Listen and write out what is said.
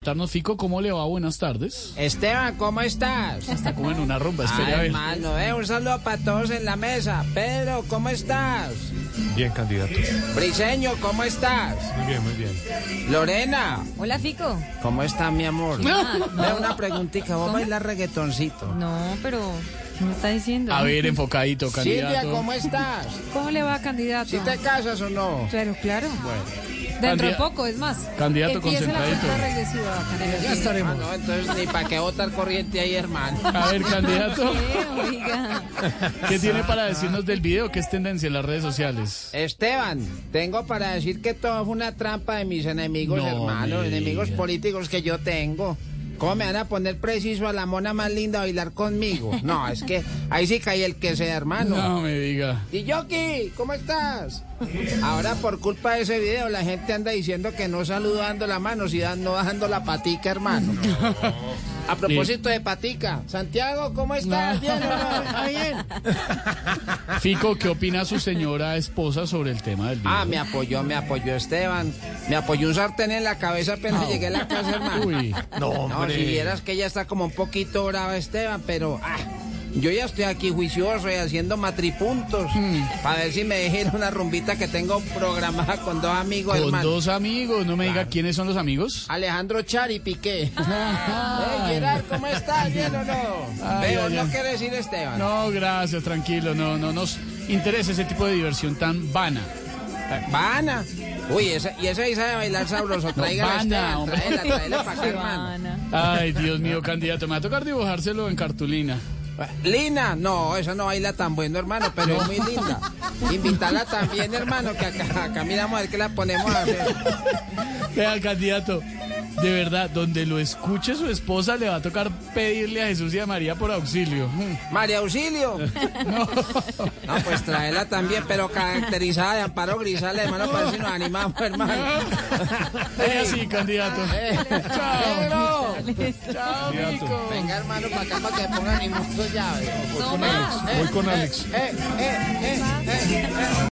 aceptarnos. Fico, ¿cómo le va? Buenas tardes. Esteban, ¿cómo estás? Está como en una rumba, espere a Ay, ver. hermano, eh, un saludo para todos en la mesa. Pedro, ¿cómo estás? Bien, candidato. Briseño, ¿cómo estás? Muy bien, muy bien. Lorena, Hola, Fico. ¿cómo estás, mi amor? Ah, Ve una preguntita, ¿vos bailas reggaetoncito? No, pero ¿qué me está diciendo. ¿eh? A ver, enfocadito, Silvia, candidato. ¿cómo estás? ¿Cómo le va, candidato? ¿Si te casas o no? Claro, claro. Dentro de Candida- poco, es más. Candidato Empieza la concentradito. cuenta regresiva, candidato. Ya estaremos. Ah, no, entonces ni para qué votar corriente ahí, hermano. A ver, candidato, Eh, oiga. ¿qué tiene para decirnos del video? ¿Qué es tendencia en las redes sociales? Esteban, tengo para decir que todo fue una trampa de mis enemigos, No hermano, me enemigos diga. políticos que yo tengo. ¿Cómo me van a poner preciso a la mona más linda a bailar conmigo? No, es que ahí sí cae el que sea, hermano. No me diga. Y Yoki, ¿cómo estás? Ahora por culpa de ese video la gente anda diciendo que no saludando la mano, si no bajando la patica, hermano. A propósito de patica, Santiago, ¿cómo estás? Bien, hermano, ¿está bien? Fico, ¿qué opina su señora esposa sobre el tema del video? Ah, me apoyó, me apoyó Esteban. Me apoyó un sartén en la cabeza apenas llegué a la casa, hermano. Uy, No, No, si vieras que ella está como un poquito brava, Esteban, pero ah, yo ya estoy aquí juicioso y haciendo matripuntos Mm. para ver si me deja ir a una rumbita que tengo programada con dos amigos, con hermano. dos amigos, no me diga quiénes son los amigos. Alejandro Chari Piqué. Hey, Gerard, ¿cómo estás? ¿Bien o no? Ay, Veo, ay, no ay. quiere decir Esteban. No, gracias, tranquilo, no, no nos interesa ese tipo de diversión tan vana. Vana. Uy, esa, y esa ahí sabe bailar sabroso. Tráigala, Vana, Esteban. hombre. Tráela, tráela para acá, hermano. Ivana. Ay, Dios mío, candidato, me va a tocar dibujárselo en cartulina. Lina, no, esa no baila tan bueno, hermano, pero es muy linda. Invítala también, hermano, que acá, acá miramos a ver qué la ponemos a hacer. Vea, candidato, de verdad, donde lo escuche su esposa le va a tocar pedirle a Jesús y a María por auxilio. Mm, María Auxilio. No, pues tráela también, pero caracterizada de Amparo Grisales, hermano, para ver si nos animamos, hermano. Es así, candidato. Chao. Negro. Chao, Nico. Venga, hermano, para acá para que pongan mi mundo llave. No más. Voy con Alex. Eh, eh, eh, eh.